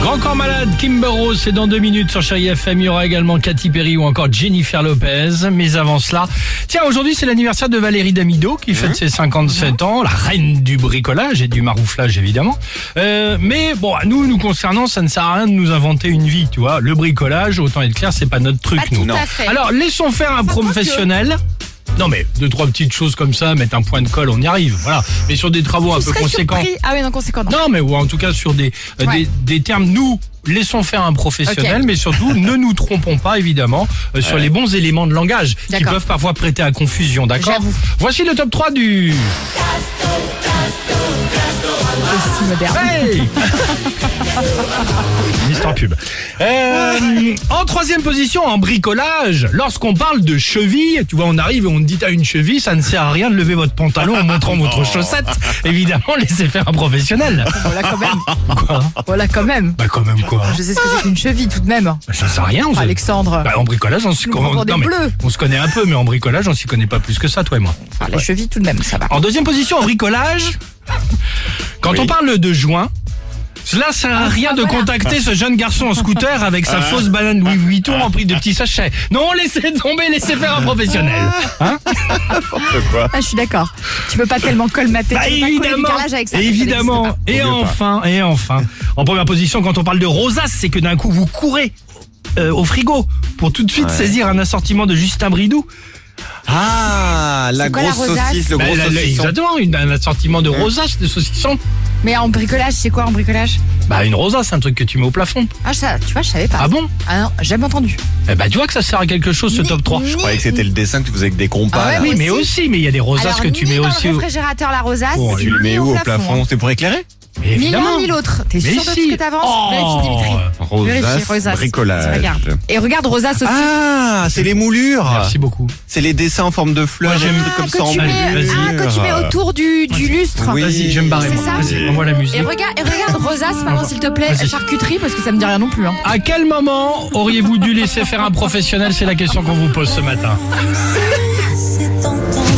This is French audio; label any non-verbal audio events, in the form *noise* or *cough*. Grand Corps Malade, Kimber Rose, c'est dans deux minutes sur Chérie FM. Il y aura également Katy Perry ou encore Jennifer Lopez. Mais avant cela, tiens, aujourd'hui c'est l'anniversaire de Valérie Damido qui fête ses 57 ans, la reine du bricolage et du marouflage évidemment. Euh, mais bon, à nous, nous concernant, ça ne sert à rien de nous inventer une vie, tu vois. Le bricolage, autant être clair, c'est pas notre truc, Pas nous. tout à fait. Alors laissons faire un professionnel. Non mais deux trois petites choses comme ça, mettre un point de colle, on y arrive. Voilà. Mais sur des travaux un Je peu serais conséquents. surpris. Ah oui, non, conséquent. non. Non, mais ou en tout cas sur des, euh, Ouais. des, des termes, nous laissons faire un professionnel, Ok. mais *laughs* surtout ne nous trompons pas évidemment euh, sur les bons éléments de langage qui D'accord. peuvent parfois prêter à confusion, d'accord J'avoue. Voici le top 3 du... C'est si moderne. *laughs* Hey *laughs* Histoire pub. Euh, en troisième position, en bricolage, lorsqu'on parle de cheville, tu vois, on arrive et on dit à une cheville, ça ne sert à rien de lever votre pantalon en montrant votre chaussette. Évidemment, laissez faire un professionnel. Voilà quand même. Quoi Voilà quand même. Bah quand même quoi. Je sais ce que c'est qu'une cheville tout de même. Bah, ça sert à rien. on se- Alexandre. Bah, en bricolage, on s'y Nous, on vend des mais bleus. on se connaît un peu, mais en bricolage, on s'y connaît pas plus que ça, toi et moi. Enfin, la cheville tout de même, ça va. En deuxième position, en bricolage, quand on parle de joint, cela sert Ah, à rien de contacter ce jeune garçon en scooter avec sa fausse banane Louis Vuitton remplie de petits sachets. Non, laissez tomber, laissez faire un professionnel. Hein Ah, je suis d'accord. Tu peux pas tellement colmater. Bah, tu peux pas coller du évidemment, carrelage avec ça. ça évidemment. n'existe Et enfin, et enfin, en première position, quand on parle de rosace, c'est que d'un coup vous courez euh, au frigo pour tout de suite saisir un assortiment de Justin Bridou. Ah, la C'est quoi la grosse rosace saucisse, le Bah, gros la- la- saucisson. exactement, une- un assortiment de Hein. rosace, de saucisson. pas. Mais en bricolage, c'est quoi en bricolage Bah une rosace, c'est un truc que tu mets au plafond. Ah, ça, tu vois, je savais pas. Ah bon Ah non, jamais entendu. Eh bah tu vois que ça sert à quelque chose ce Ni- top 3. ni- Je croyais que c'était le dessin que tu faisais avec des compas. Ah ouais, là. Oui, aussi. mais aussi, mais il y a des rosaces Alors, que tu ni mets dans aussi. le au- Oh, réfrigérateur la rosace. Bon, Tu le mets ni où au plafond C'est pour éclairer Mais hein. Ni l'un évidemment. ni l'autre. T'es Mais sûr de si. ce que t'avances Oh. Vérifie, Dimitri. Vérifie, Rosace, rosace. bricolage. Regarde. Et regarde rosace aussi. Ah, c'est les moulures. Merci beaucoup. C'est les dessins en forme de fleurs. Moi, j'aime des Ah, trucs comme que ça en tu moulure. mets, ah, que tu mets autour du, du lustre. Oui. Vas-y, je vais me barrer. C'est moi. ça Vas-y, envoie la musique. Et regarde, et regarde rosace, pardon, s'il te plaît, Vas-y. charcuterie, parce que ça me dit rien non plus. Hein. À quel moment auriez-vous dû laisser faire un professionnel C'est la question qu'on vous pose ce matin. C'est tentant.